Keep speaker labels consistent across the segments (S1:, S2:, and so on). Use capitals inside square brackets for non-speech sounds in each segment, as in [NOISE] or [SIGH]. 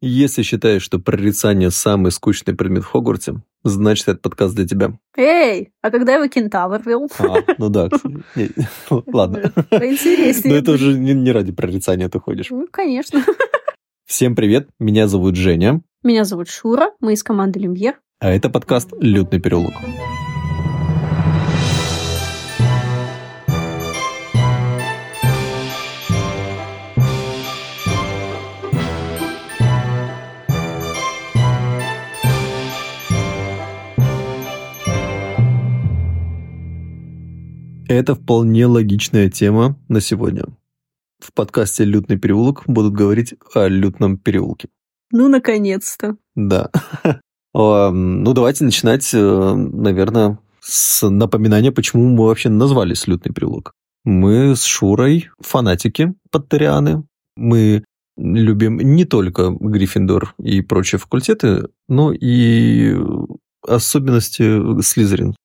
S1: Если считаешь, что прорицание самый скучный предмет в Хогвартсе, значит, этот подкаст для тебя.
S2: Эй, а когда его кентавр вел?
S1: А, ну да, кстати. [LAUGHS] Не, ладно. Но [LAUGHS]
S2: Поинтереснее.
S1: это уже не, не ради прорицания ты ходишь.
S2: Ну, конечно.
S1: Всем привет, меня зовут Женя,
S2: Меня зовут Шура, мы из команды Люмьер.
S1: а это подкаст «Лютный переулок». Это вполне логичная тема на сегодня. В подкасте «Лютный переулок» будут говорить о лютном переулке.
S2: Ну, наконец-то.
S1: Да. [LAUGHS] А, м, Ну, давайте начинать, э, наверное, с напоминания, почему мы вообще назвались «Лютный переулок». Мы с Шурой фанатики Паттерианы. Мы любим не только Гриффиндор и прочие факультеты, но и особенности Слизерин.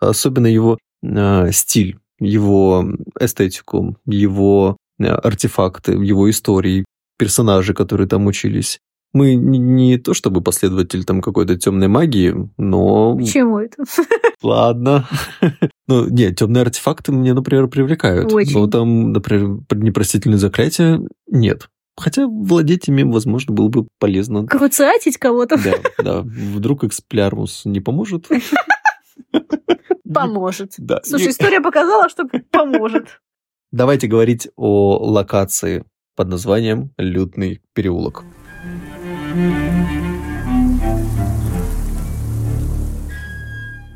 S1: Особенно его э, стиль, его эстетику, его э, артефакты, его истории, персонажи, которые там учились. Мы не, не то чтобы последователь там какой-то темной магии, но...
S2: Почему это? [LAUGHS]
S1: Ладно. [LAUGHS] Ну, нет, темные артефакты мне, например, привлекают.
S2: Очень.
S1: Но там, например, непростительные заклятия нет. Хотя владеть ими, возможно, было бы полезно.
S2: Круциатить кого-то
S1: Да, да. Вдруг эксплярмус не поможет.
S2: [LAUGHS]
S1: [LAUGHS]
S2: поможет.
S1: Да.
S2: Слушай, история показала, что
S1: [LAUGHS]
S2: поможет.
S1: Давайте говорить о локации под названием Лютный переулок.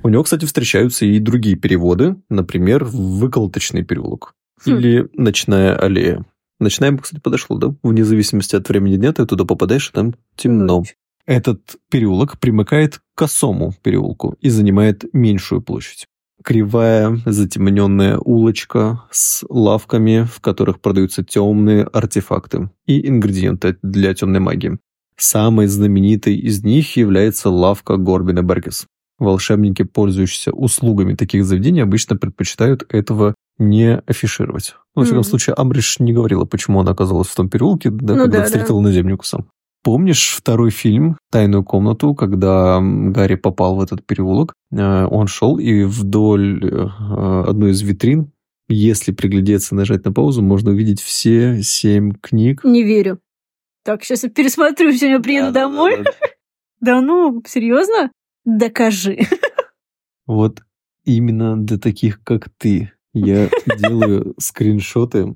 S1: У него, кстати, встречаются и другие переводы, например, «Выколоточный переулок»
S2: Хм.
S1: или «Ночная аллея». Ночная, бы, кстати, подошло, да? Вне зависимости от времени дня ты туда попадаешь, и там темно.
S2: Ночь.
S1: Этот переулок примыкает к косому переулку и занимает меньшую площадь кривая затемненная улочка с лавками, в которых продаются темные артефакты и ингредиенты для темной магии. Самой знаменитой из них является лавка Горбина Бергес. Волшебники, пользующиеся услугами таких заведений, обычно предпочитают этого не афишировать. Ну, во всяком
S2: Мгм.
S1: случае, Амриш не говорила, почему она оказалась в том переулке, да,
S2: Ну
S1: когда
S2: да, да.
S1: встретила наземникуса. Помнишь второй фильм «Тайную комнату», когда м, Гарри попал в этот переулок? Э, Он шел, и вдоль э, одной из витрин, если приглядеться и нажать на паузу, можно увидеть все семь книг.
S2: Не верю. Так, сейчас я пересмотрю, сегодня приеду домой. Да ну, серьезно? Докажи.
S1: Вот именно для таких, как ты,
S2: [LAUGHS]
S1: я делаю скриншоты.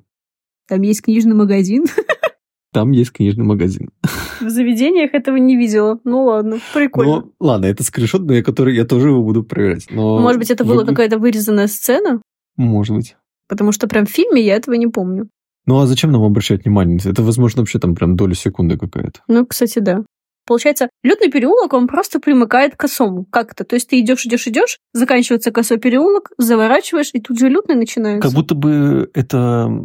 S2: Там есть книжный магазин. [LAUGHS]
S1: Там есть книжный магазин.
S2: В заведениях этого не видела. Ну ладно, прикольно.
S1: Ну, ладно, это скриншот, но я, который я тоже его буду проверять. Но
S2: Может быть, это была
S1: выгля-
S2: какая-то вырезанная сцена?
S1: Может быть.
S2: Потому что прям в фильме я этого не помню.
S1: Ну а зачем нам обращать внимание? Это, возможно, вообще там прям доля секунды какая-то.
S2: Ну, кстати, да. Получается, лютный переулок, он просто примыкает к косому. Как это? То есть ты идешь, идешь, идешь, заканчивается косой переулок, заворачиваешь, и тут же лютный начинается.
S1: Как будто бы это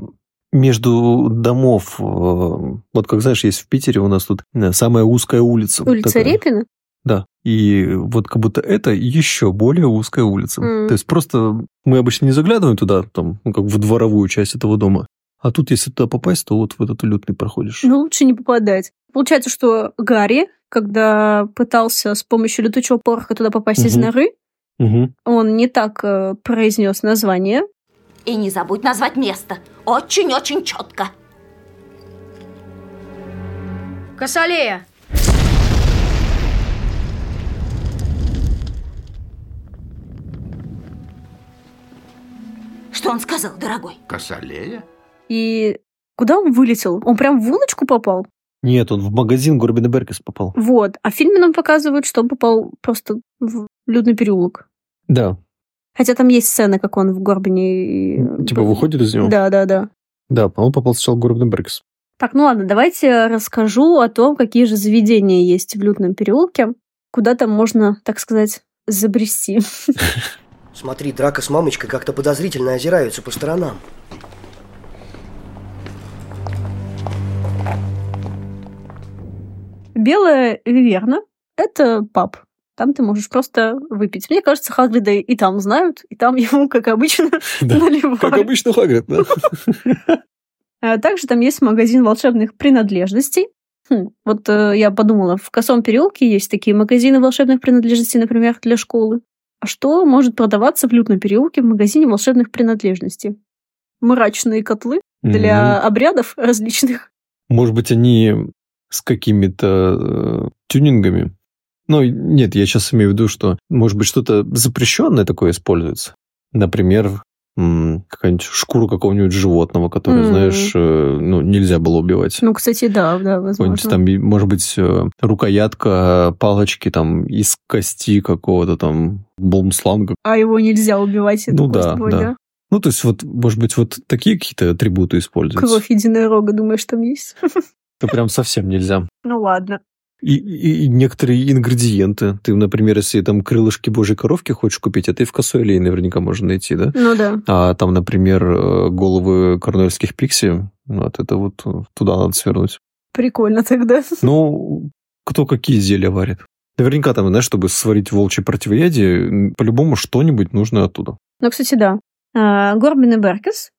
S1: между домов. э, Вот как знаешь, есть в Питере у нас тут э, самая узкая улица. вот
S2: Улица
S1: такая.
S2: Репина?
S1: Да. И вот как будто это еще более узкая улица.
S2: М.
S1: То есть просто мы обычно не заглядываем туда, там, ну, как в дворовую часть этого дома. А тут, если туда попасть, то вот в этот лютный проходишь.
S2: Ну, лучше не попадать. Получается, что Гарри, когда пытался с помощью летучего пороха туда попасть из
S1: Мгм.
S2: норы,
S1: Мгм.
S2: он не так э, произнес название.
S3: И не забудь назвать место. Очень-очень четко.
S4: Косолея!
S3: Что он сказал, дорогой?
S5: Косолея?
S2: И куда он вылетел? Он прям в улочку попал?
S1: Нет, он в магазин Горбина Беркес попал.
S2: Вот. А в фильме нам показывают, что он попал просто в людный переулок.
S1: Да.
S2: Хотя там есть сцена, как он в Горбине... и-
S1: Типа выходит из него?
S2: Э, Да, да, да.
S1: Да, он попал сначала в Горбина Беркес.
S2: Так, ну ладно, давайте расскажу о том, какие же заведения есть в Людном переулке, куда там можно, так сказать, забрести. [LAUGHS]
S6: Смотри, Драка с мамочкой как-то подозрительно озираются по сторонам.
S2: Белая Виверна — это паб. Там ты можешь просто выпить. Мне кажется, Хагрида и там знают, и там ему, как обычно, [LAUGHS]
S1: Да, Как
S2: наливают.
S1: обычно Хагрид, да?
S2: Э, А Также там есть магазин волшебных принадлежностей. Хм, вот э, я подумала, в косом переулке есть такие магазины волшебных принадлежностей, например, для школы. А что может продаваться в лютном переулке в магазине волшебных принадлежностей? Мрачные котлы для
S1: Мгм.
S2: обрядов различных.
S1: Может быть, они с какими-то э, тюнингами? Ну, нет, я сейчас имею в виду, что, может быть, что-то запрещенное такое используется. Например, м, какая-нибудь шкура какого-нибудь животного, которое,
S2: М.
S1: знаешь, э, ну, нельзя было убивать.
S2: Ну, кстати, да, да,
S1: Какой-нибудь
S2: возможно.
S1: там, и- может быть, э, рукоятка э, палочки там из кости какого-то там бумсланга.
S2: А его нельзя убивать. это
S1: Ну
S2: просто
S1: да,
S2: боль,
S1: да. Ну, то есть, вот, может быть, вот такие какие-то атрибуты используются.
S2: Кровь единорога, думаешь, там есть? [LAUGHS]
S1: Это прям совсем нельзя.
S2: Ну ладно.
S1: И, и- и некоторые ингредиенты. Ты, например, если там крылышки божьей коровки хочешь купить, это и в косой аллее наверняка можно найти, да?
S2: Ну да.
S1: А там, например, э, головы корнольских пикси, вот это вот э, туда надо свернуть.
S2: Прикольно тогда.
S1: Ну, кто какие зелья варит. Наверняка там, знаешь, чтобы сварить волчье противоядие, м, по-любому что-нибудь нужно оттуда.
S2: Ну, кстати, да. А, Горбин и Беркес,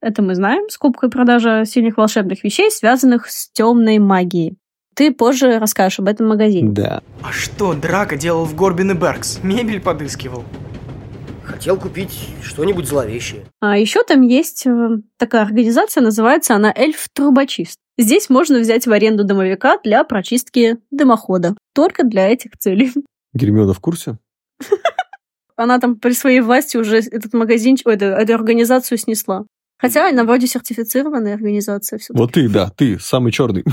S2: это мы знаем, скупка и продажа сильных волшебных вещей, связанных с темной магией. Ты позже расскажешь об этом магазине.
S1: Да.
S5: А что Драко делал в Горбин и Беркс? Мебель подыскивал.
S6: Хотел купить что-нибудь зловещее.
S2: А еще там есть э, такая организация, называется она «Эльф-трубочист». Здесь можно взять в аренду домовика для прочистки дымохода. Только для этих целей. [LAUGHS]
S1: Гермиона в курсе?
S2: Она там при своей власти уже этот магазинчик, ой, эту, эту организацию снесла. Хотя она вроде сертифицированная организация все
S1: Вот ты, да, ты, самый черный.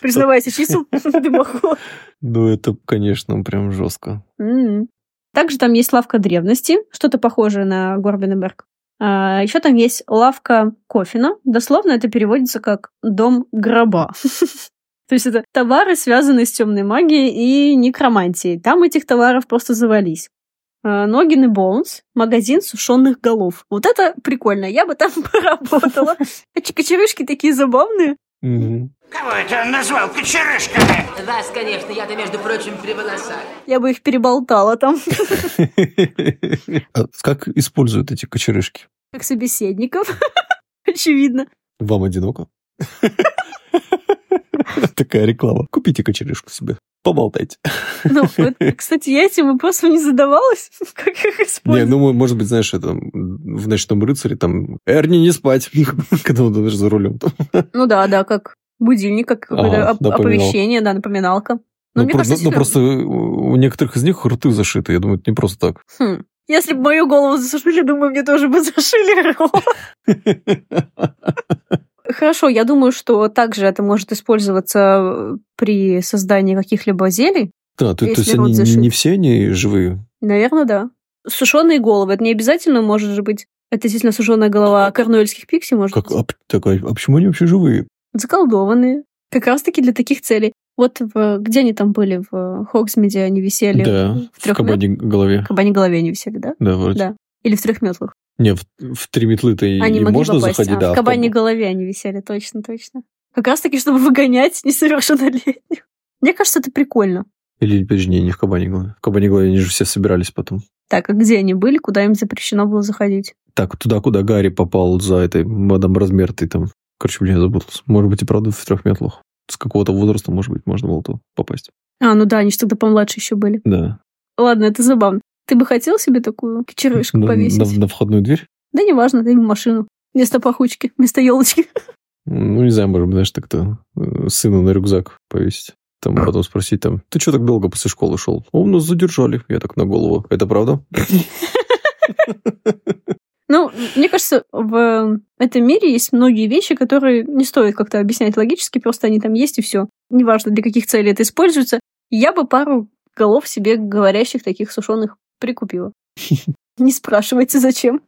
S2: Признавайся, чисел [LAUGHS] дымоход.
S1: Ну, это, конечно, прям жестко.
S2: М. Также там есть лавка древности, что-то похожее на Горбенберг. еще там есть лавка Кофина. Дословно это переводится как дом гроба. [LAUGHS] То есть это товары, связанные с темной магией и некромантией. Там этих товаров просто завались. А, Ногин и Боунс, магазин сушеных голов. Вот это прикольно, я бы там [LAUGHS] поработала. Эти кочерышки такие забавные.
S7: Кого это назвал кочерышками?
S8: Вас, конечно, я-то, между прочим, при волосах.
S2: Я бы их переболтала там, [LAUGHS]
S1: А Как используют эти кочерышки?
S2: как собеседников. [LAUGHS] Очевидно.
S1: Вам одиноко? [LAUGHS] Такая реклама. Купите кочерышку себе.
S2: [LAUGHS]
S1: Поболтайте.
S2: Ну, вот, кстати, я этим вопросом не задавалась, [LAUGHS] как их
S1: Не,
S2: использовать.
S1: ну, мо- может быть, знаешь, это м, в «Ночном рыцаре» там «Эрни, не спать!» [LAUGHS] Когда он даже за рулем. там.
S2: Ну да, да, как будильник, как
S1: Ага,
S2: какое-то оп-
S1: напоминалка.
S2: оповещение, да, напоминалка.
S1: А, Ну,
S2: Но мне
S1: про-
S2: кажется,
S1: ну,
S2: действительно-
S1: просто у у некоторых из них рты зашиты. Я думаю, это не просто
S2: [LAUGHS]
S1: так.
S2: [LAUGHS] Хм. Если бы мою голову засушили, думаю, мне тоже бы [LAUGHS] зашили рот. [LAUGHS] Хорошо, я думаю, что также это может использоваться э, при создании каких-либо зелий.
S1: Да, то, то
S2: Если
S1: есть
S2: рот
S1: они
S2: зашит.
S1: не все они живые.
S2: Наверное, да. Сушеные головы. Это не обязательно может же быть. Это действительно сушеная голова корнуэльских пикси, может
S1: А, Как,
S2: быть.
S1: а, п- так, а- а почему они вообще живые?
S2: заколдованные. Как раз-таки для таких целей. Вот в- где они там были? В Хоксмиде они висели.
S1: да,
S2: в
S1: в
S2: трёх
S1: кабане голове.
S2: В кабане голове они висели, да?
S1: Да, вроде.
S2: Да. Или в трех метлах.
S1: Не, в, в три метлы-то и,
S2: Они
S1: и
S2: могли
S1: можно
S2: попасть.
S1: заходить,
S2: а,
S1: да.
S2: в кабане голове они висели, точно, точно. Как раз-таки, чтобы выгонять несовершеннолетних. Мне кажется, это прикольно.
S1: Или, подожди, не, не в кабане голове. В кабане голове они же все собирались потом.
S2: Так, а где они были, куда им запрещено было заходить?
S1: Так, туда, куда Гарри попал за этой мадам размертой там. Короче, блин, я забыл. Может быть, и правда в трех метлах. С какого-то возраста, может быть, можно было туда попасть.
S2: А, ну да, они же тогда помладше еще были.
S1: Да.
S2: Ладно, это забавно. Ты бы хотел себе такую кочерышку
S1: На,
S2: повесить?
S1: на- на входную дверь?
S2: Да неважно, дай им машину. Вместо пахучки, вместо елочки.
S1: Ну, не знаю, может быть, знаешь, так-то э, сына на рюкзак повесить. Там а потом спросить там, ты что так долго после школы шел? О, нас задержали. Я так на голову. Это правда?
S2: Ну, мне кажется, в этом мире есть многие вещи, которые не стоит как-то объяснять логически, просто они там есть и все. Неважно, для каких целей это используется. Я бы пару голов себе говорящих таких сушеных прикупила. Не спрашивайте, зачем.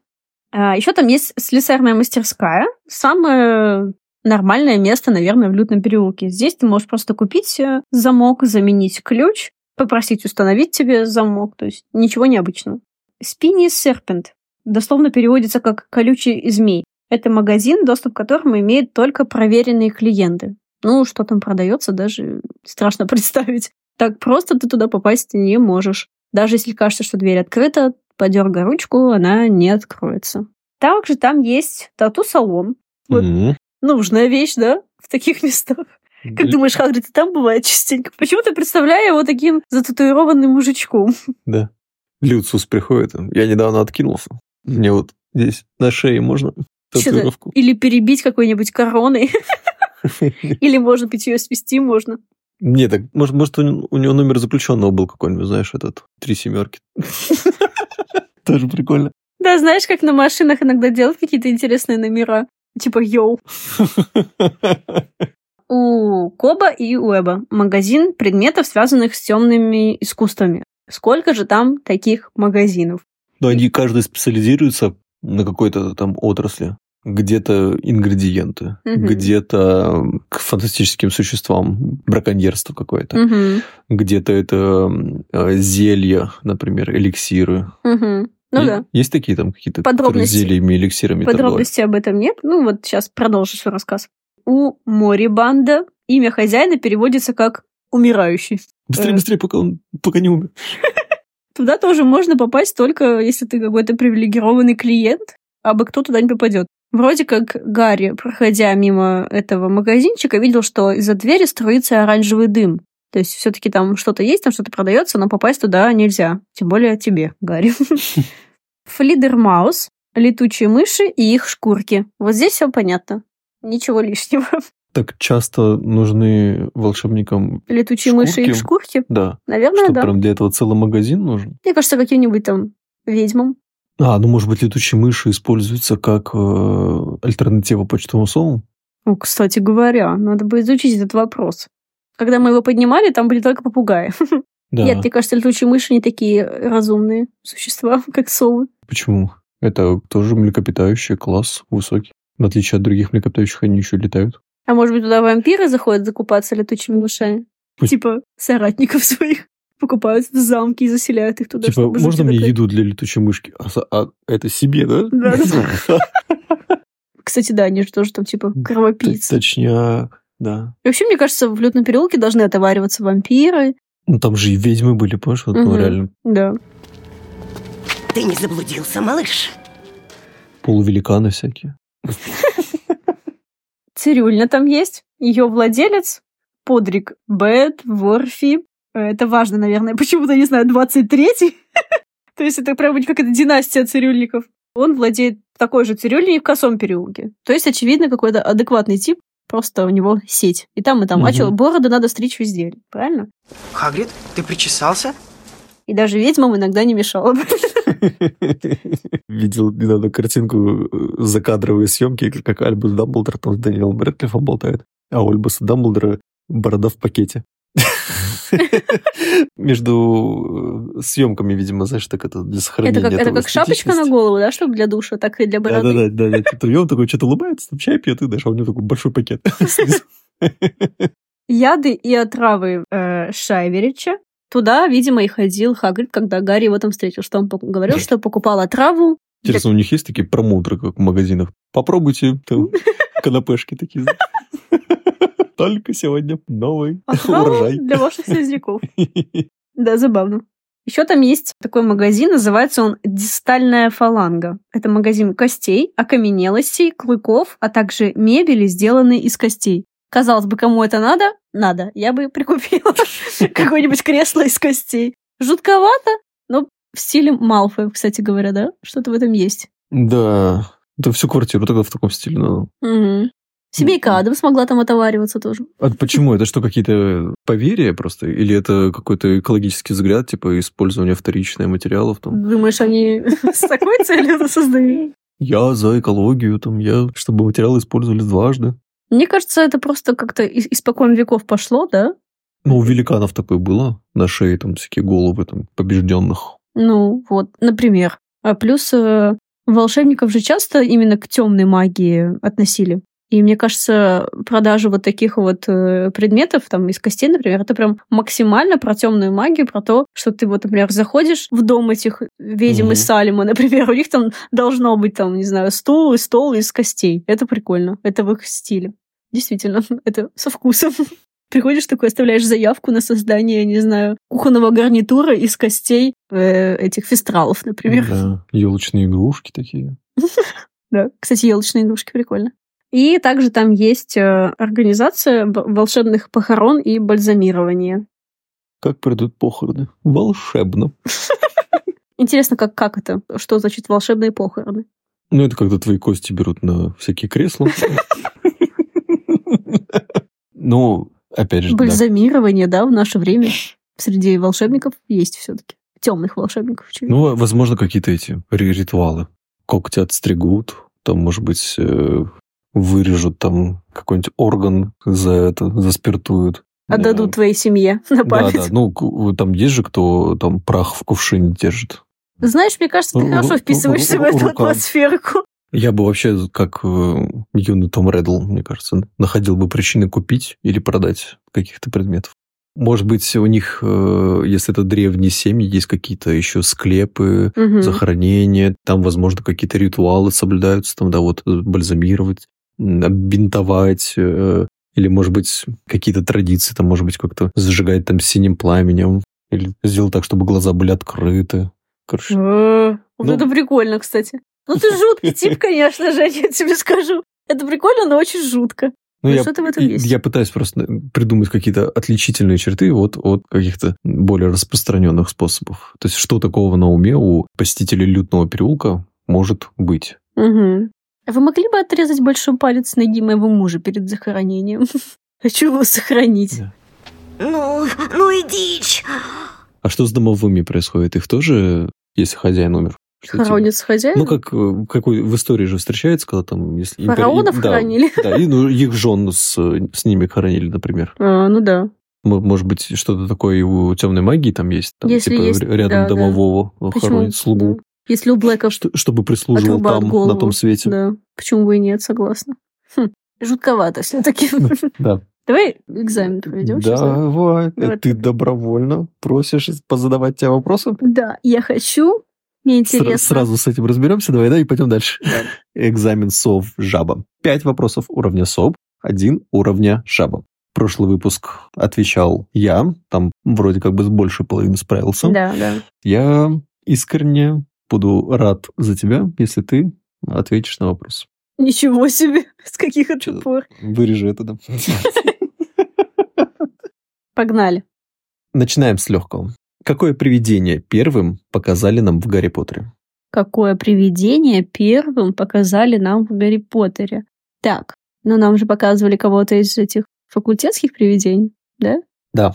S2: еще там есть слесарная мастерская. Самое нормальное место, наверное, в Лютном переулке. Здесь ты можешь просто купить э, замок, заменить ключ, попросить установить тебе замок. То есть ничего необычного. Спини Серпент дословно переводится как «колючий змей». Это магазин, доступ к которому имеют только проверенные клиенты. Ну, что там продается, даже страшно [LAUGHS] представить. Так просто ты туда попасть не можешь. Даже если кажется, что дверь открыта, подергай ручку, она не откроется. Также там есть тату-салон. Вот.
S1: Мгм.
S2: Нужная вещь, да, в таких [LAUGHS] местах. Как думаешь, Хагрид и там бывает частенько? Почему-то представляю его таким зататуированным мужичком.
S1: Да. Люциус приходит. Я недавно откинулся. Мне вот здесь на шее можно
S2: Чё-то-
S1: татуировку?
S2: Или перебить какой-нибудь короной. [LAUGHS]
S1: [LAUGHS]
S2: Или, может быть, ее свести можно.
S1: Не, так, может, может, у н- у него номер заключенного был какой-нибудь, знаешь, этот, три
S2: [LAUGHS]
S1: семерки. Тоже прикольно.
S2: Да, знаешь, как на машинах иногда делают какие-то интересные номера. Типа йоу. У Коба и Уэба магазин предметов, связанных с темными искусствами. Сколько же там таких магазинов?
S1: Но они каждый специализируется на какой-то там отрасли. Где-то ингредиенты,
S2: Мгм.
S1: где-то к фантастическим существам, браконьерство какое-то,
S2: Мгм,
S1: где-то это м, э, зелья, например, эликсиры.
S2: мгм. Ну
S1: Е-
S2: да.
S1: Есть такие там какие-то, которые с
S2: Подробности.
S1: зельями, эликсирами торговали?
S2: Подробностей об этом нет. Ну вот сейчас продолжу свой рассказ. У Морибанда имя хозяина переводится как «умирающий».
S1: Быстрее,
S2: Э.
S1: быстрее, пока он пока не умер.
S2: Туда тоже можно попасть только если ты какой-то привилегированный клиент, а бы кто туда не попадет. Вроде как Гарри, проходя мимо этого магазинчика, видел, что из-за двери струится оранжевый дым. То есть все-таки там что-то есть, там что-то продается, но попасть туда нельзя. Тем более тебе, Гарри. Флидермаус, летучие мыши и их шкурки. Вот здесь все понятно. Ничего лишнего. [LAUGHS]
S1: Так часто нужны волшебникам,
S2: Летучие мыши и их шкурки.
S1: да,
S2: Наверное,
S1: что
S2: Ну да.
S1: прям для этого целый магазин нужен.
S2: Мне кажется, каким-нибудь там ведьмам.
S1: А, ну может быть летучие мыши используются как э, альтернатива почтовым словам?
S2: Ну, кстати говоря, надо бы изучить этот вопрос. Когда мы его поднимали, там были только попугаи.
S1: Да.
S2: Нет, мне кажется, летучие мыши не такие разумные существа, [LAUGHS] как совы.
S1: Почему? Это тоже млекопитающий класс высокий. В отличие от других млекопитающих, они еще летают.
S2: А может быть, туда вампиры заходят закупаться летучими мышами?
S1: Пусть-
S2: Типа соратников своих [LAUGHS] покупают в замке и заселяют их туда.
S1: типа,
S2: чтобы жить
S1: можно мне
S2: такой-
S1: еду для летучей мышки? А, со- а это себе, да? [LAUGHS] А,
S2: Да, Кстати, да, они же тоже там типа кровопийцы.
S1: Точнее, а, да.
S2: И вообще, мне кажется, в лютном переулке должны отовариваться вампиры.
S1: Ну там же и ведьмы были, понимаешь? Вот, Ну
S2: Мгм.
S1: реально
S2: Да.
S3: Ты не заблудился, малыш?
S1: полувеликаны всякие.
S2: цирюльня там есть, ее владелец Подрик Бет, Ворфи. Э, Это важно, наверное, [LAUGHS] почему-то, не знаю, 23-й. [LAUGHS] То есть это прям какая-то династия цирюльников. Он владеет такой же цирюльней в Косом переулке. То есть, очевидно, какой-то адекватный тип, просто у него сеть. И там, и там. А
S1: Мгм.
S2: что, бороды надо стричь везде, правильно?
S5: Хагрид, ты причесался?
S2: И даже ведьмам иногда не мешало
S1: [LAUGHS]
S2: бы. [LAUGHS]
S1: Видел недавно картинку э, закадровые съемки, как Альбус Дамблдор там с Дэниелом Рэдклиффом болтает, а у Альбуса Дамблдора борода в пакете. [LAUGHS] Между э, съемками, видимо, знаешь, так это для сохранения
S2: Это как, это
S1: этого
S2: как шапочка на
S1: эстетичности.
S2: голову, да, чтобы для душа, так и для бороды.
S1: Да-да-да, да, да, типа, и он такой что-то улыбается, там чай пьет, и даже а у него такой большой пакет. снизу.
S2: [LAUGHS] яды и отравы э, Шайверича. Туда, видимо, и ходил Хагрид, когда Гарри его там встретил, что он пок- говорил, что покупал отраву.
S1: Интересно, у них есть такие промоутеры, как в магазинах? Попробуйте, [LAUGHS] там, канапешки такие. [LAUGHS] Только сегодня новый
S2: Отраву
S1: урожай.
S2: для ваших слизняков. Да, забавно. Еще там есть такой магазин, называется он «Дистальная фаланга». Это магазин костей, окаменелостей, клыков, а также мебели, сделанной из костей. Казалось бы, кому это надо? Надо. Я бы прикупила какое-нибудь кресло из костей. Жутковато, но в стиле Малфоя, кстати говоря, да? Что-то в этом есть.
S1: Да, да всю квартиру тогда в таком стиле. Ну,
S2: Мгм. Семейка Адам смогла там отовариваться тоже.
S1: а почему? Это что, какие-то поверья просто? Или это какой-то экологический взгляд, типа использование вторичных материалов? Там?
S2: Думаешь, они [LAUGHS] с такой целью это создают?
S1: Я за экологию, там, я, чтобы материалы использовались дважды.
S2: Мне кажется, это просто как-то и- испокон веков пошло, да?
S1: Ну, у великанов такое было. На шее там всякие головы там побежденных.
S2: Ну, вот, например. А плюс э, волшебников же часто именно к темной магии относили. И мне кажется, продажа вот таких вот э, предметов, там, из костей, например, это прям максимально про темную магию, про то, что ты вот, например, заходишь в дом этих ведьм
S1: Мгм.
S2: из Салема, например, [LAUGHS] у них там должно быть, там, не знаю, стул и стол из костей. Это прикольно. Это в их стиле. Действительно, [LAUGHS] это со вкусом. [LAUGHS] Приходишь такой, оставляешь заявку на создание, не знаю, кухонного гарнитура из костей э, этих фестралов, например.
S1: Да. Елочные игрушки такие.
S2: Да. Кстати, елочные игрушки прикольно. И также там есть э, организация в- волшебных похорон и бальзамирования.
S1: Как пройдут похороны? Волшебно.
S2: Интересно, как, как это? Что значит волшебные похороны?
S1: Ну, это когда твои кости берут на всякие кресла. Ну, опять же, да.
S2: Бальзамирование, да, в наше время среди волшебников есть все-таки. Темных волшебников. чуть.
S1: Ну, возможно, какие-то эти ри- ритуалы. Когти отстригут, там, может быть, э, вырежут там какой-нибудь орган за это, заспиртуют.
S2: Отдадут
S1: Э,
S2: твоей семье на
S1: Да,
S2: память.
S1: да. Ну, к- там есть же кто там прах в кувшине держит.
S2: Знаешь, мне кажется, ты
S1: Ру-
S2: хорошо
S1: ру-
S2: вписываешься в
S1: ру-
S2: эту
S1: рукам.
S2: атмосферку.
S1: Я бы вообще, как э, юный Том Реддл, мне кажется, находил бы причины купить или продать каких-то предметов. Может быть, у них, э, если это древние семьи, есть какие-то еще склепы,
S2: Мгм.
S1: захоронения, там, возможно, какие-то ритуалы соблюдаются, там, да, вот э, бальзамировать, м, бинтовать, э, или, может быть, какие-то традиции, там, может быть, как-то зажигать там синим пламенем, или сделать так, чтобы глаза были открыты. Короче,
S2: Э, Вот
S1: Ну.
S2: это прикольно, кстати. Ну ты жуткий
S1: [LAUGHS]
S2: тип, конечно же, я тебе скажу. Это прикольно, но очень жутко.
S1: ну,
S2: ну,
S1: я,
S2: что-то в этом
S1: и-
S2: есть.
S1: я пытаюсь просто придумать какие-то отличительные черты вот от каких-то более распространенных способов. То есть, что такого на уме у посетителей лютного переулка может быть?
S2: Угу. Вы могли бы отрезать большой палец ноги моего мужа перед захоронением? [LAUGHS] Хочу его сохранить.
S3: Ну, ну и дичь.
S1: А что с домовыми происходит? Их тоже, если хозяин умер? что типа?
S2: Хоронят с хозяина?
S1: Ну, как, э, какой, в истории же встречается, когда там... Если импер-
S2: Фараонов
S1: и- да,
S2: хоронили?
S1: Да, и ну, их жен с, э, с ними хоронили, например.
S2: А, ну да.
S1: М- Может быть, что-то такое и у темной магии там есть? Там,
S2: Если
S1: типа,
S2: есть,
S1: р- рядом
S2: да, да.
S1: домового
S2: Почему?
S1: хоронит слугу,
S2: Да. Если у Блэка...
S1: что- чтобы прислуживал
S2: Отрубают
S1: там, на
S2: голову.
S1: том свете.
S2: Да, почему бы и нет, согласна. Хм, Жутковато все таки
S1: [LAUGHS] Да.
S2: Давай экзамен проведем сейчас.
S1: Давай,
S2: Давай.
S1: э, ты добровольно просишь позадавать тебя вопросы?
S2: Да, я хочу. Мне
S1: Сра-
S2: интересно.
S1: сразу с этим разберемся, давай, да, и пойдем дальше. Экзамен сов жаба. Пять вопросов уровня сов, один уровня жаба. Прошлый выпуск отвечал я, там вроде как бы с большей половины справился.
S2: Да, да.
S1: Я искренне буду рад за тебя, если ты ответишь на вопрос.
S2: Ничего себе, [LAUGHS] с каких
S1: Чё-
S2: это пор.
S1: Вырежи это, да.
S2: Погнали.
S1: Начинаем с легкого. Какое привидение первым показали нам в Гарри Поттере?
S2: Какое привидение первым показали нам в Гарри Поттере? Так, ну нам же показывали кого-то из этих факультетских привидений, да?
S1: Да.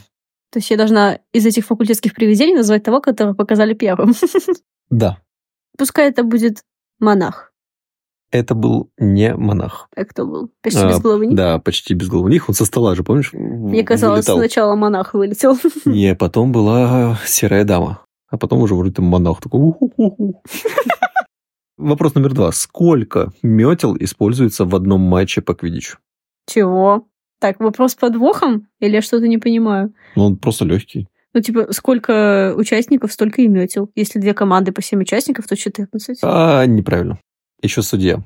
S2: То есть я должна из этих факультетских привидений назвать того, которого показали первым. [LAUGHS]
S1: Да,
S2: Пускай это будет монах.
S1: это был не монах.
S2: А кто был? Почти
S1: А,
S2: без головы. не-
S1: Да, почти без головных. Он со стола же, помнишь?
S2: [LAUGHS] Мне казалось,
S1: вылетал.
S2: сначала
S1: [LAUGHS]
S2: монах вылетел.
S1: Не, потом была серая дама. А потом уже вроде там монах такой. «Уху-ху-ху». Вопрос номер два. Сколько метел используется в одном матче по квиддичу?
S2: Чего? Так, вопрос с подвохом? Или я что-то не понимаю?
S1: Ну, он просто легкий.
S2: Ну, типа, сколько участников, столько и метил. Если две команды по 7 участников, то 14. А,
S1: А, неправильно. Еще судья.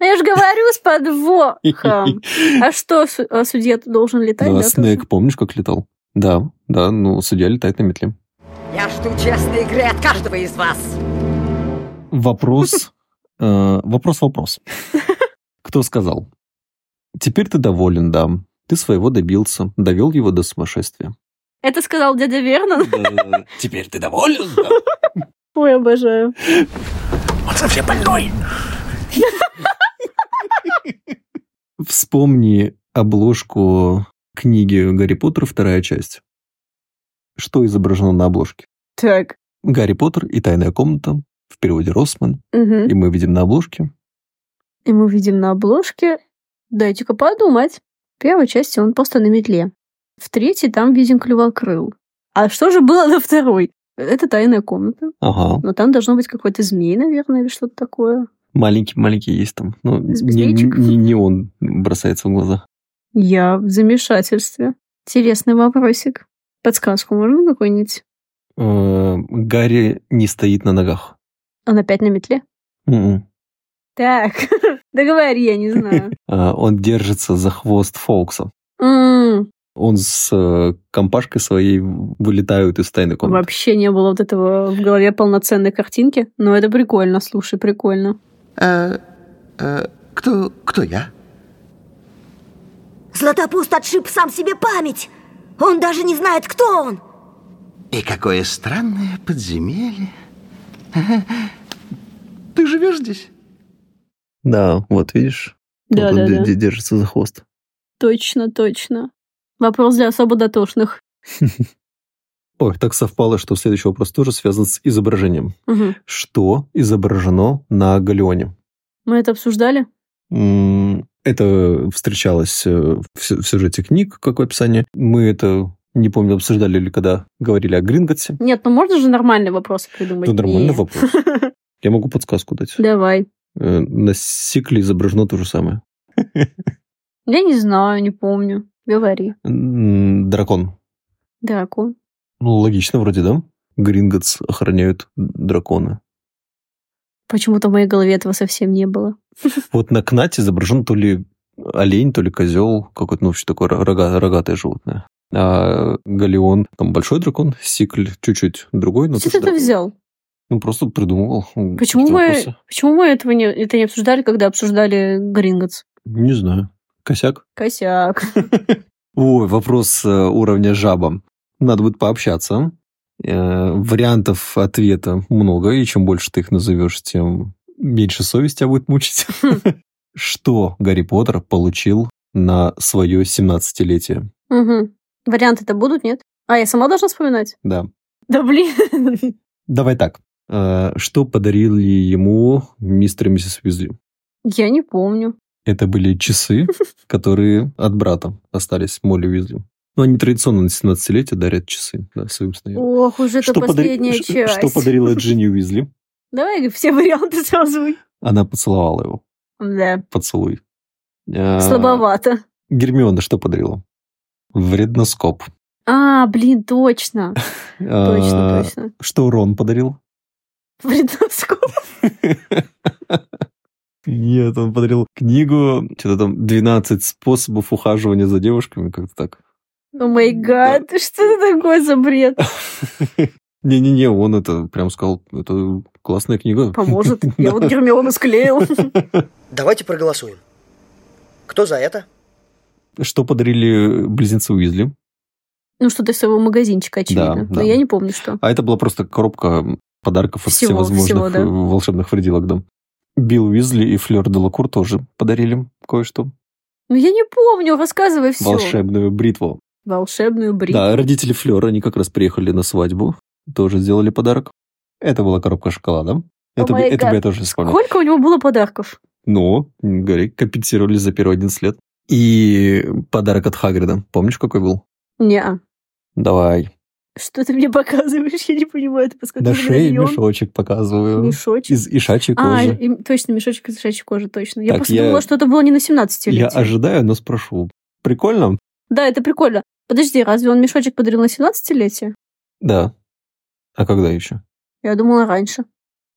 S2: Ну, я же говорю с
S1: [LAUGHS]
S2: подвохом. А что, су- а судья должен летать?
S1: Да,
S2: да, тоже?
S1: Снег, помнишь, как летал? Да, да, ну, судья летает на метле.
S8: Я жду честной игры от каждого из вас.
S1: Вопрос, э, вопрос, вопрос. Кто сказал? Теперь ты доволен, да. Ты своего добился, довел его до сумасшествия.
S2: Это сказал дядя Вернон.
S1: Теперь ты доволен?
S2: Ой, обожаю.
S7: Он совсем больной.
S1: Вспомни обложку книги «Гарри Поттер. Вторая часть». Что изображено на обложке?
S2: Так.
S1: «Гарри Поттер и тайная комната» в переводе Росман.
S2: мгм.
S1: И мы видим на обложке
S2: И мы видим на обложке. Дайте-ка подумать. В первой части он просто на метле. В третьей там видим клювокрыл. А что же было на второй? Это тайная комната.
S1: Ага.
S2: Но там должно быть какой-то змей, наверное, или что-то такое.
S1: Маленький-маленький есть там. Ну,
S2: Из
S1: не,
S2: безличек.
S1: не- не он бросается в глаза.
S2: Я в замешательстве. Интересный вопросик. Подсказку можно какую-нибудь?
S1: Э, Гарри не стоит на ногах.
S2: Он опять на метле?
S1: Мгм.
S2: Так, [LAUGHS] договори, я не знаю.
S1: Э, Он держится за хвост Фоукса.
S2: [LAUGHS] М,
S1: Он с э, компашкой своей вылетают из тайной комнаты.
S2: Вообще не было вот этого в голове полноценной картинки,
S7: Э,
S2: но это прикольно, слушай, прикольно.
S9: Э, э, кто, кто я? Златопуст отшиб сам себе память. Он даже не знает, кто он.
S7: И какое странное подземелье. [LAUGHS] Ты живешь здесь?
S1: Да, вот видишь,
S2: Да,
S1: вот
S2: да,
S1: он д-
S2: да.
S1: д- держится за хвост.
S2: Точно, точно. Вопрос для особо дотошных.
S1: Ой, так совпало, что следующий вопрос тоже связан с изображением.
S2: Мгм.
S1: Что изображено на галеоне?
S2: Мы это обсуждали?
S1: М, Это встречалось э, в сю- в сюжете книг, какое описание. Мы это, не помню, обсуждали ли когда говорили о Гринготсе.
S2: Нет, ну можно же нормальный вопрос придумать.
S1: Это нормальный
S2: Нет. [LAUGHS]
S1: вопрос. Я могу подсказку дать.
S2: Давай.
S1: Э, На сикле изображено то же самое.
S2: Я не знаю, не помню. Говори.
S1: М, Дракон.
S2: Дракон.
S1: Ну, логично вроде, да? Гринготс охраняют дракона.
S2: Почему-то в моей голове этого совсем не было.
S1: Вот на кнате изображен то ли олень, то ли козел, какое-то, ну, вообще такое рога- рогатое животное. А Галеон, там большой дракон, Сикль чуть-чуть другой, но
S2: Что
S1: тоже
S2: ты это
S1: дракон.
S2: взял?
S1: Ну, просто придумывал.
S2: Почему
S1: Какие-то
S2: мы,
S1: вопросы.
S2: почему мы этого не, это не обсуждали, когда обсуждали Гринготс?
S1: Не знаю. Косяк?
S2: Косяк.
S1: Ой, вопрос э, уровня жаба. Надо будет пообщаться. Э, Вариантов ответа много, и чем больше ты их назовешь, тем меньше совесть тебя будет мучить. [LAUGHS] Что Гарри Поттер получил на свое 17-летие?
S2: Мгм. Варианты-то будут, нет? А, я сама должна вспоминать?
S1: Да.
S2: Да блин.
S1: Давай так. Э, Что подарили ему мистер и миссис Уизли?
S2: Я не помню.
S1: Это были часы, которые от брата остались Молли Уизли. Ну, они традиционно на 17-летие дарят часы да, своим сыновьям.
S2: Ох, уже это
S1: подари-
S2: последняя
S1: ш-
S2: часть.
S1: что
S2: [LAUGHS]
S1: подарила Джинни Уизли?
S2: Давай все варианты сразу.
S1: Она поцеловала его.
S2: Да,
S1: Поцелуй. А,
S2: слабовато.
S1: Гермиона что подарила? Вредноскоп.
S2: А, блин, точно.
S1: А,
S2: Точно, точно.
S1: Что Рон подарил?
S2: [LAUGHS] Вредноскоп.
S1: Нет, он подарил книгу, что-то там 12 способов ухаживания за девушками, как-то так.
S2: О май гад, что это такое за бред?
S1: Не-не-не, он это прям сказал, это классная книга.
S2: Поможет. Я вот Гермиону
S1: [LAUGHS]
S2: склеил.
S6: Давайте проголосуем. Кто за это?
S1: Что подарили близнецы Уизли?
S2: Ну, что-то из своего магазинчика, очевидно.
S1: да.
S2: Но я не помню, что.
S1: А это была просто коробка подарков от
S2: Всего, всего,
S1: всевозможных
S2: да.
S1: э, волшебных вредилок, да. Билл Уизли и Флёр Делакур тоже подарили кое-что.
S2: Ну, я не помню, рассказывай все.
S1: Волшебную бритву.
S2: Волшебную бритву.
S1: Да, родители Флёра, они как раз приехали на свадьбу, тоже сделали подарок. Это была коробка шоколада. Это, бы-
S2: my
S1: это бы я
S2: God.
S1: тоже вспомнил.
S2: Сколько у него было подарков?
S1: Но, м, говори, компенсировали за первые 11 лет. И подарок от Хагрида. Помнишь, какой был?
S2: Неа.
S1: Давай.
S2: а Что ты мне [LAUGHS] показываешь? Я не понимаю, ты подсказываешь.
S1: На шее
S2: медальон?
S1: мешочек показываю.
S2: Мешочек.
S1: Из ишачьей
S2: А,
S1: кожи.
S2: и- точно, мешочек из шачьей кожи, точно. Я
S1: Так,
S2: просто
S1: я-
S2: думала, что это было не на 17 лет.
S1: Я ожидаю, но спрошу. Прикольно?
S2: Да, это прикольно. Подожди, разве он мешочек подарил на 17-летие?
S1: Да. А когда еще?
S2: Я думала раньше.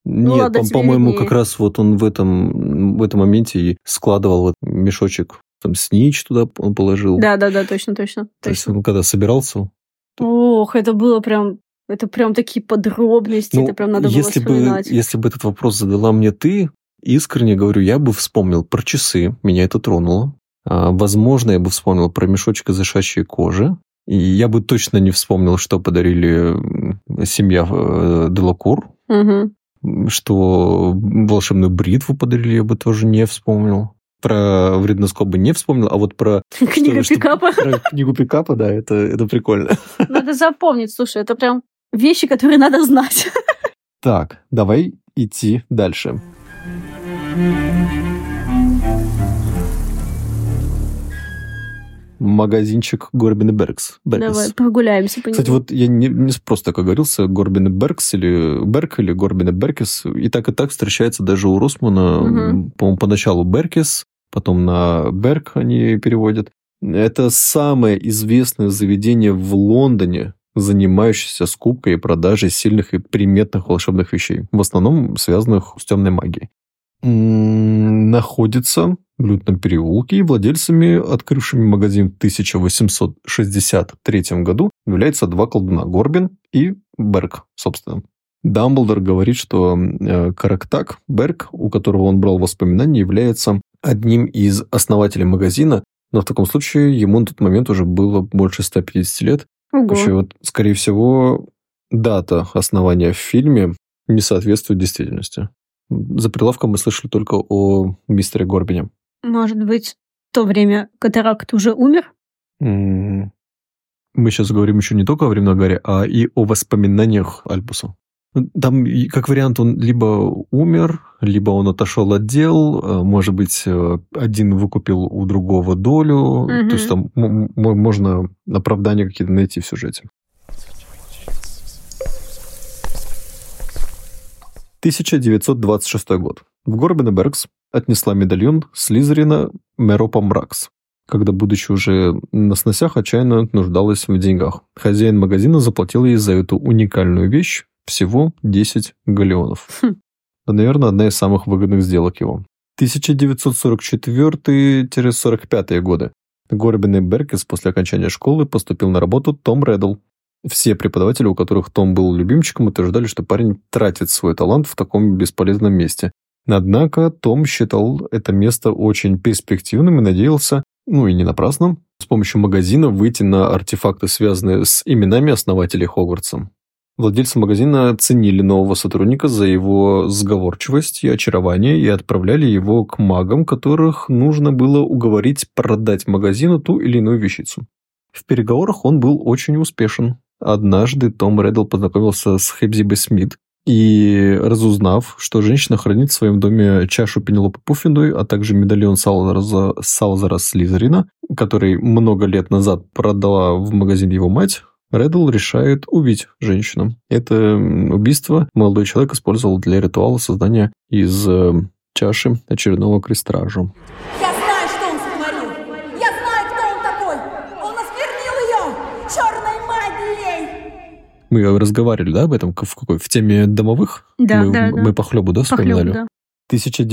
S1: Нет,
S2: Ну, ладно,
S1: по-
S2: тебе
S1: по-моему,
S2: виднее.
S1: как раз вот он в этом, в этом моменте и складывал вот мешочек, там снич туда он положил.
S2: Да, да, да, точно, точно.
S1: То есть
S2: точно.
S1: он когда собирался.
S2: Ох, это было прям. Это прям такие подробности,
S1: Ну,
S2: это прям надо было
S1: если бы,
S2: вспоминать.
S1: если бы этот вопрос задала мне ты, искренне говорю, я бы вспомнил про часы, меня это тронуло. А, возможно, я бы вспомнил про мешочек из ишачьей кожи. И я бы точно не вспомнил, что подарили м, семья э, Делакур.
S2: Мгм.
S1: что волшебную бритву подарили, я бы тоже не вспомнил. Про вредноскоп бы не вспомнил, а вот про,
S2: Книга
S1: что-
S2: пикапа.
S1: [LAUGHS]
S2: [LAUGHS]
S1: про книгу пикапа, да, это, это прикольно.
S2: Надо запомнить, слушай, это прям вещи, которые надо знать.
S1: [LAUGHS] [LAUGHS] Так, давай идти дальше. Магазинчик Горбин и Беркс. Беркс.
S2: Давай прогуляемся по нему.
S1: Кстати, вот я не, не просто как говорился, Горбин и Беркс или Берк или Горбин и Беркис. И так и так встречается даже у Росмана.
S2: Мгм.
S1: По-моему, поначалу Беркис, потом на Берк они переводят. Это самое известное заведение в Лондоне, занимающееся скупкой и продажей сильных и приметных волшебных вещей, в основном связанных с темной магией. М, Находится в Лютном переулке, и владельцами, открывшими магазин в 1863 году, являются два колдуна – Горбин и Берг, собственно. Дамблдор говорит, что э, Карактак Берг, у которого он брал воспоминания, является одним из основателей магазина, Но в таком случае ему на тот момент уже было больше 150 лет.
S2: Ого.
S1: Вообще, вот, скорее всего, дата основания в фильме не соответствует действительности. За прилавком мы слышали только о мистере Горбине.
S2: Может быть, в то время катаракт уже умер?
S1: М, Мы сейчас говорим еще не только о временной горе, а и о воспоминаниях Альбуса. Там, и как вариант, он либо умер, либо он отошел от дел, э, может быть, э, один выкупил у другого долю.
S2: Мгм.
S1: То есть там м- м- можно оправдания какие-то найти в сюжете. 1926 год. В Горбина Беркс отнесла медальон Слизерина Меропа Мракс когда, будучи уже на сносях, отчаянно нуждалась в деньгах. Хозяин магазина заплатил ей за эту уникальную вещь всего 10 галеонов.
S2: Хм.
S1: Это, наверное, одна из самых выгодных сделок его. 1944-45 годы. Горбин и Беркес после окончания школы поступил на работу Том Реддл. Все преподаватели, у которых Том был любимчиком, утверждали, что парень тратит свой талант в таком бесполезном месте. Однако Том считал это место очень перспективным и надеялся, ну и не напрасно, с помощью магазина выйти на артефакты, связанные с именами основателей Хогвартса. Владельцы магазина ценили нового сотрудника за его сговорчивость и очарование и отправляли его к магам, которых нужно было уговорить продать магазину ту или иную вещицу. В переговорах он был очень успешен. Однажды Том Реддл познакомился с Хэбзибой Смит, и разузнав, что женщина хранит в своем доме чашу Пенелопы Пуффиндуй, а также медальон Салзара, Салзара Слизерина, который много лет назад продала в магазин его мать, Реддл решает убить женщину. Это м, убийство молодой человек использовал для ритуала создания из э, чаши очередного крестража.
S10: Я знаю, что он сотворил. Я знаю, кто он такой. Он осквернил ее черной магией.
S1: Мы разговаривали, да, об этом К- в какой? В теме домовых?
S2: Да,
S1: мы,
S2: да, да.
S1: мы по хлебу, да, вспоминали?
S2: Похлеб, да.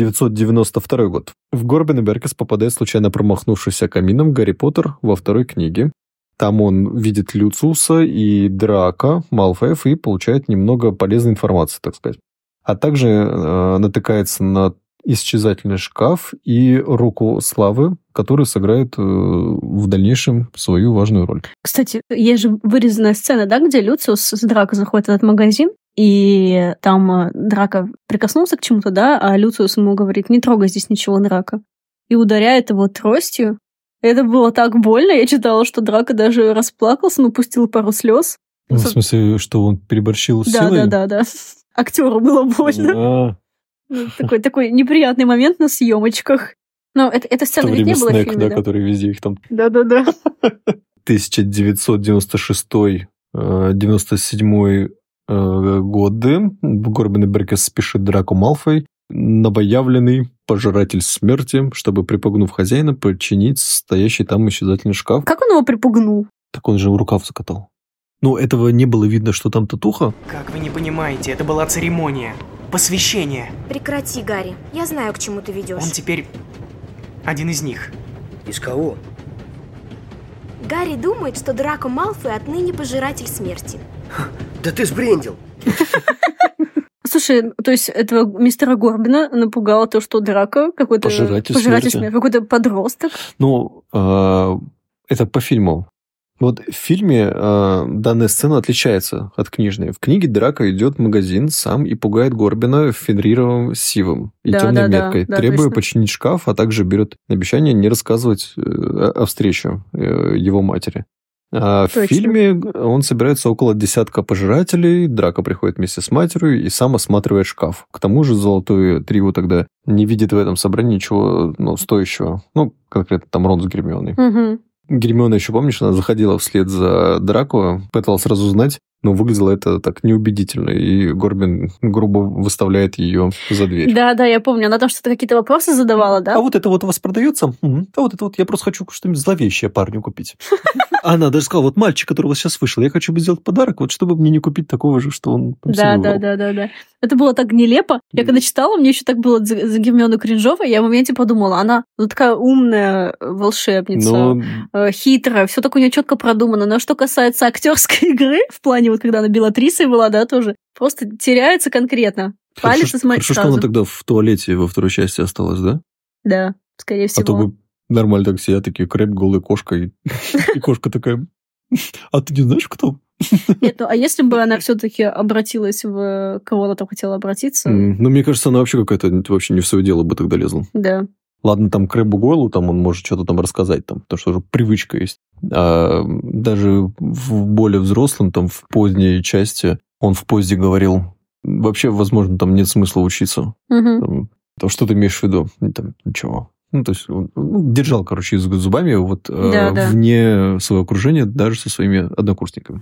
S1: 1992 год. В Горбин и Беркес попадает случайно промахнувшийся камином Гарри Поттер во второй книге. Там он видит Люциуса и Драка, Малфоев, и получает немного полезной информации, так сказать. А также э, натыкается на исчезательный шкаф и руку славы, которая сыграет э, в дальнейшем свою важную роль.
S2: Кстати, есть же вырезанная сцена, да, где Люциус с Драко заходит в этот магазин, и там э, Драко прикоснулся к чему-то, да, а Люциус ему говорит, не трогай здесь ничего, Драко. И ударяет его тростью. Это было так больно, я читала, что Драко даже расплакался, ну, пустил пару слез. Ну, в
S1: смысле, что он переборщил
S2: Да-да-да-да. Актеру было больно. Ну, Такой, такой неприятный момент на съемочках. Но это, эта сцена ведь не было в фильме, да?
S1: который везде их там
S2: Да-да-да.
S1: э, 1996-97 э, годы Горбин и Беркес спешит Драку Малфой, новоявленный пожиратель смерти, чтобы, припугнув хозяина, подчинить стоящий там исчезательный шкаф.
S2: Как он его припугнул?
S1: Так он же рукав закатал. Ну, этого не было видно, что там татуха.
S5: Как вы не понимаете, это была церемония. Посвящение.
S10: Прекрати, Гарри. Я знаю, к чему ты
S5: Он
S10: ведешь.
S5: теперь один из них.
S6: Из кого?
S10: Гарри думает, что Драко Малфой отныне пожиратель смерти.
S6: Да ты сбрендил.
S2: Слушай, то есть этого мистера Горбина напугало то, что драка какой-то...
S1: Пожиратель смерти.
S2: Какой-то подросток.
S1: Ну, э, это по фильму. Вот в фильме э, данная сцена отличается от книжной. В книге Драко идет в магазин сам и пугает Горбина фенрировым сивом и
S2: Да,
S1: темной
S2: да, да,
S1: меткой,
S2: да,
S1: требуя
S2: точно.
S1: починить шкаф, а также берет обещание не рассказывать э, о о встрече э, его матери. А в
S2: Точно.
S1: фильме он собирается около десятка пожирателей, Драко приходит вместе с матерью и сам осматривает шкаф. К тому же Золотой Трио тогда не видит в этом собрании ничего ну, стоящего. Ну, конкретно там Рон с Гермионой.
S2: Мгм.
S1: Гермиона еще, помнишь, она заходила вслед за Драко, пыталась сразу узнать, но выглядело это так неубедительно, и Горбин грубо выставляет ее за дверь.
S2: Да, да, я помню. Она там что-то какие-то вопросы задавала, да?
S1: А вот это вот у вас продается? Мгм. А вот это вот я просто хочу что-нибудь зловещее парню
S2: [LAUGHS]
S1: купить. А Она даже сказала, вот мальчик, который у вас сейчас вышел, я хочу бы сделать подарок, вот чтобы мне не купить такого же, что он там
S2: Да,
S1: себе
S2: да,
S1: выбрал».
S2: да, да, да. Это было так нелепо. Я когда читала, мне еще так было за, за Гермиону Кринжову, я в моменте подумала, она ну, такая умная э,
S1: Ну,
S2: волшебница,
S1: Но
S2: э, хитрая, все так у нее четко продумано. Но что касается актерской [LAUGHS] игры, в плане вот когда она Белатрисой была, да, тоже, просто теряется конкретно. Палец
S1: хорошо,
S2: и смотри
S1: хорошо, что
S2: сразу.
S1: она тогда в туалете во второй части осталась, да?
S2: Да, скорее всего.
S1: А то бы Нормально так сидят, такие крэп, голая кошка. И, и кошка такая, [LAUGHS] а ты не знаешь, кто?
S2: Нет, ну а если бы она все-таки обратилась в кого она там хотела обратиться,
S1: М, Ну, мне кажется, она вообще какая-то ну, типа, вообще не в свое дело бы тогда лезла.
S2: да.
S1: Ладно, там Крэбу Гойлу, там он может что-то там рассказать, там, потому что уже привычка есть. А даже в более взрослом, там, в поздней части, он в поезде говорил, вообще, возможно, там нет смысла учиться.
S2: Мгм.
S1: Там, там, что ты имеешь в виду? И Там, ничего. Ну, то есть, он ну, держал, короче, язык зубами вот э,
S2: Да, да.
S1: вне своего окружения, даже со своими однокурсниками.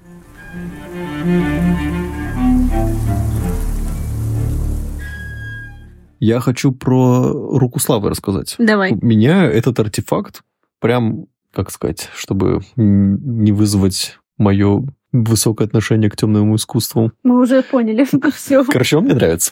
S1: Я хочу про руку славы рассказать.
S2: Давай.
S1: У меня этот артефакт прям, как сказать, чтобы м, не вызвать мое высокое отношение к темному искусству.
S2: Мы уже поняли [LAUGHS] все.
S1: Короче, он мне нравится.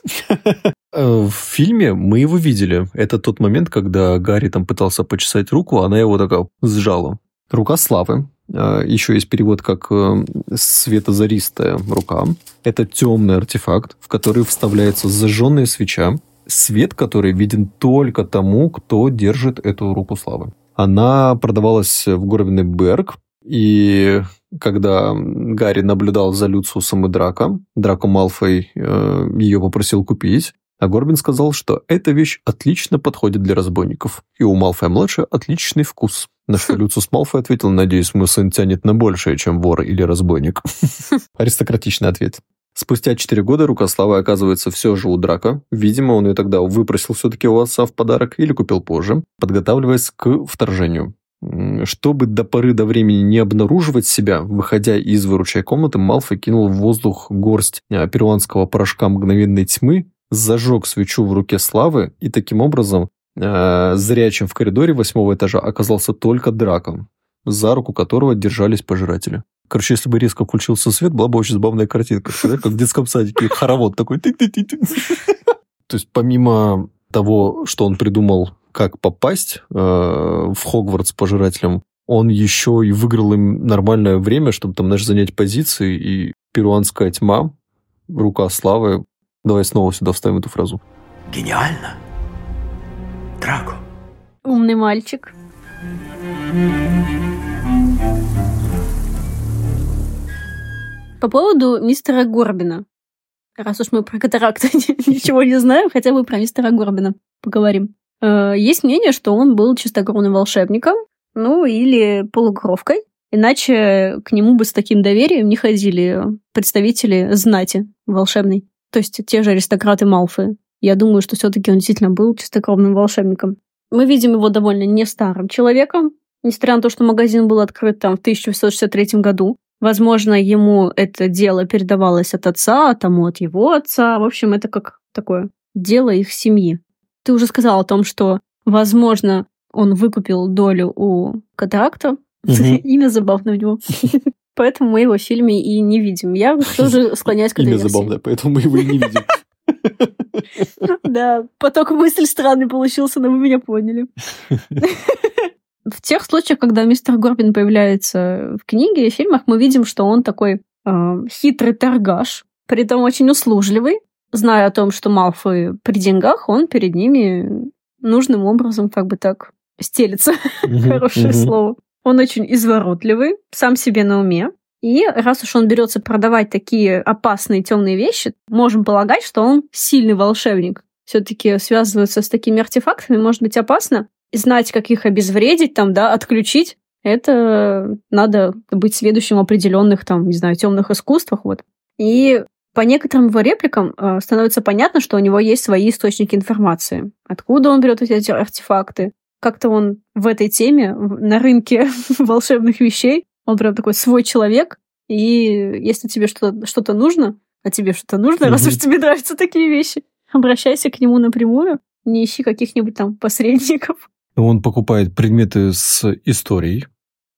S1: Э, В фильме мы его видели. Это тот момент, когда Гарри там пытался почесать руку, она его такая сжала. Рука славы. Э, Еще есть перевод как э, светозаристая рука. Это темный артефакт, в который вставляется зажженная свеча, свет который виден только тому, кто держит эту руку славы. Она продавалась в Горвиный Берг, и когда Гарри наблюдал за Люциусом и Драко, Драко Малфой э, ее попросил купить, а Горбин сказал, что эта вещь отлично подходит для разбойников, и у Малфоя-младшего отличный вкус. На что Люциус Малфой ответил, надеюсь, мой сын тянет на большее, чем вор или разбойник. Аристократичный ответ. Спустя 4 года Рукослава оказывается все же у Драка. Видимо, он ее тогда выпросил все-таки у отца в подарок или купил позже, подготавливаясь к вторжению. М, Чтобы до поры до времени не обнаруживать себя, выходя из выручай комнаты, Малфой кинул в воздух горсть а, перуанского порошка мгновенной тьмы, зажег свечу в руке Славы и таким образом э, зрячим в коридоре восьмого этажа оказался только Драком, за руку которого держались пожиратели. Короче, если бы резко включился свет, была бы очень забавная картинка. Представляешь, Как в детском садике хоровод такой. тык-тык-тык-тык. То есть помимо того, что он придумал, как попасть э, в Хогвартс пожирателем, он еще и выиграл им нормальное время, чтобы там, знаешь, занять позиции, и перуанская тьма, рука славы. Давай снова сюда вставим эту фразу.
S7: Гениально. Драко.
S2: Умный мальчик. По поводу мистера Горбина. Раз уж мы про катаракты [LAUGHS] ничего не знаем, хотя бы про мистера Горбина поговорим. Э, Есть мнение, что он был чистокровным волшебником, ну или полукровкой. Иначе к нему бы с таким доверием не ходили представители знати волшебной. То есть те же аристократы Малфы. Я думаю, что все-таки он действительно был чистокровным волшебником. Мы видим его довольно не старым человеком, несмотря на то, что магазин был открыт там в 1863 году. Возможно, ему это дело передавалось от отца, а тому от его отца. В общем, это как такое дело их семьи. Ты уже сказал о том, что, возможно, он выкупил долю у катаракта.
S1: Мгм.
S2: [LAUGHS] Имя забавное у
S1: [LAUGHS]
S2: него. Поэтому мы его в фильме и не видим. Я
S1: [LAUGHS]
S2: тоже склоняюсь к этой
S1: Имя
S2: версии.
S1: забавное, поэтому мы его и не видим.
S2: [LAUGHS] Да, поток мыслей странный получился, но вы меня поняли. В тех случаях, когда мистер Горбин появляется в книге и фильмах, мы видим, что он такой э, хитрый торгаш, при этом очень услужливый. Зная о том, что Малфой при деньгах, он перед ними нужным образом как бы так стелится. [LAUGHS] [LAUGHS] Хорошее слово. Он очень изворотливый, сам себе на уме. И раз уж он берется продавать такие опасные темные вещи, можем полагать, что он сильный волшебник. Все-таки связываться с такими артефактами может быть опасно. И знать, как их обезвредить, там, да, отключить, это надо быть следующим в определенных, там, не знаю, темных искусствах. Вот. И по некоторым его репликам э, становится понятно, что у него есть свои источники информации. Откуда он берет эти артефакты, как-то он в этой теме, в- на рынке [LAUGHS] волшебных вещей, он прям такой свой человек, и если тебе что-то что нужно, а тебе что-то нужно, раз
S1: Мгм.
S2: уж тебе нравятся такие вещи, обращайся к нему напрямую, не ищи каких-нибудь там посредников.
S1: Он покупает предметы с историей.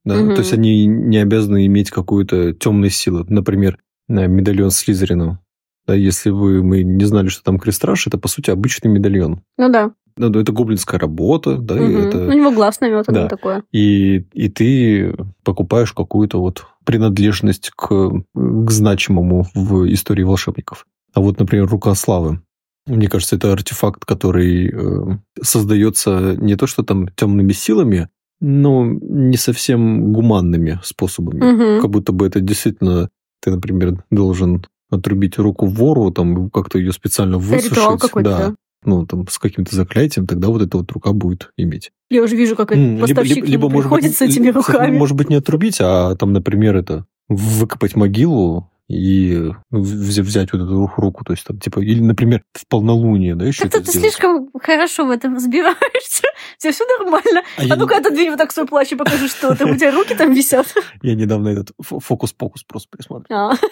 S1: да,
S2: Мгм.
S1: То есть они не обязаны иметь какую-то темную силу. Например, э, медальон Слизерина. Да, если вы, мы не знали, что там крестраж, это, по сути, обычный медальон.
S2: Ну да.
S1: Ну, да, это гоблинская работа, да, и,
S2: Мгм. У
S1: это,
S2: него глаз наметан
S1: Да.
S2: такое.
S1: и, и ты покупаешь какую-то вот принадлежность к, к значимому в истории волшебников. А вот, например, рука славы. Мне кажется, это артефакт, который э, создается не то что там темными силами, но не совсем гуманными способами.
S2: Мгм.
S1: Как будто бы это действительно ты, например, должен отрубить руку вору, там как-то ее специально высушить.
S2: Ритуал какой-то, да.
S1: Ну, там, с каким-то заклятием, тогда вот эта вот рука будет иметь.
S2: Я уже вижу, как
S1: М,
S2: этот поставщик к нему
S1: может быть,
S2: приходит с этими
S1: ли-
S2: руками.
S1: Может быть, не отрубить, а там, например, это выкопать могилу и в- взя- взять вот эту ру- руку, то есть там, типа, или, например, в полнолуние, да, еще
S2: Как-то
S1: это
S2: ты
S1: сделать.
S2: слишком хорошо в этом разбираешься. [LAUGHS] У тебя все нормально.
S1: А
S2: А
S1: я,
S2: ну-ка отодвинь вот так свой плащ и покажи, что там. У тебя руки там [LAUGHS] висят.
S1: я недавно этот фо- фокус-покус просто присматривал.
S2: [LAUGHS]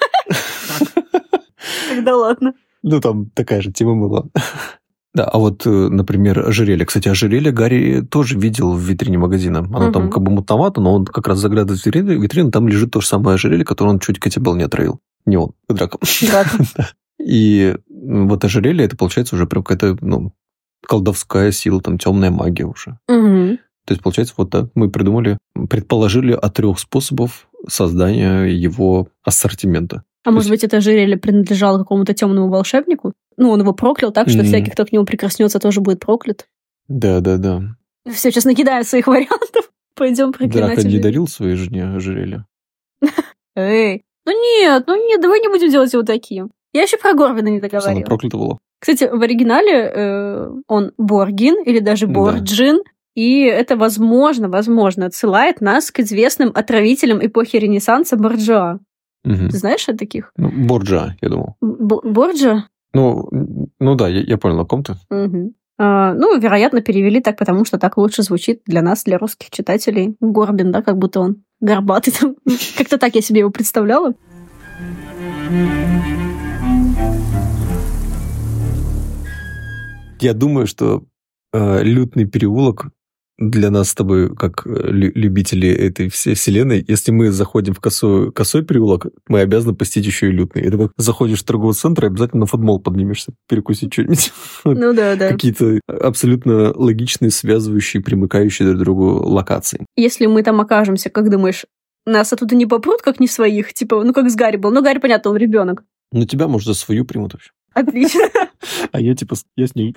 S2: А. Тогда ладно.
S1: Ну, там такая же тема была. [LAUGHS] Да, а вот, э, например, ожерелье. Кстати, ожерелье Гарри тоже видел в витрине магазина. Оно там
S2: Мгм.
S1: как бы мутновато, но он как раз заглядывает в витрину, витрину там лежит то же самое ожерелье, которое он чуть Кэтибелл не отравил. Не он, а
S2: [LAUGHS]
S1: Драко. [LAUGHS] И м, вот ожерелье, это получается уже прям какая-то, ну, колдовская сила, там, темная магия уже.
S2: Мгм.
S1: То есть, получается, вот так мы придумали, предположили о трех способов создания его ассортимента.
S2: А может быть, это ожерелье принадлежало какому-то темному волшебнику? Ну, он его проклял так, что
S1: Мгм.
S2: всякий, кто к нему прикоснется, тоже будет проклят.
S1: Да, да, да.
S2: Все, сейчас накидаю своих вариантов. [LAUGHS] Пойдем проклинать.
S1: Драка не
S2: ожерелье.
S1: дарил своей жене ожерелье.
S2: Эй. Ну нет, ну нет, давай не будем делать его таким. Я еще про Горвина не
S1: Просто она
S2: договорила.
S1: проклята была.
S2: Кстати, в оригинале э, он Боргин или даже
S1: Да.
S2: Борджин. И это, возможно, возможно, отсылает нас к известным отравителям эпохи Ренессанса Борджиа.
S1: Мгм.
S2: Ты знаешь о таких?
S1: Ну, Борджа, я думал.
S2: Б- Борджиа?
S1: Ну, м, ну да, я, я понял, о ком ты.
S2: Мгм. А, ну, вероятно, перевели так, потому что так лучше звучит для нас, для русских читателей. Горбин, да, как будто он горбатый. там. [LAUGHS] Как-то так я себе его представляла.
S1: Я думаю, что э, лютный переулок для нас с тобой, как э, лю- любители этой всей вселенной, если мы заходим в косой, косой переулок, мы обязаны посетить еще и лютный. Это как заходишь в торговый центр, и обязательно на футбол поднимешься, перекусить что-нибудь. [LAUGHS] Вот
S2: Ну да, да.
S1: Какие-то абсолютно логичные, связывающие, примыкающие друг к другу локации.
S2: если мы там окажемся, как думаешь, нас оттуда не попрут, как не своих? Типа, ну как с Гарри был. Ну, Гарри, понятно, он ребенок.
S1: Но Ну, тебя, может, за свою примут вообще.
S2: Отлично.
S1: А я типа, с- я с [LAUGHS] ней.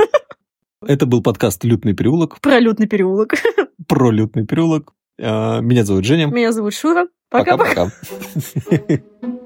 S1: Это был подкаст «Лютный переулок»
S2: Пролетный переулок. [LAUGHS]
S1: про «Лютный переулок». А, Меня зовут Женя.
S2: Меня зовут Шура. Пока-пока.
S1: Пока-пока.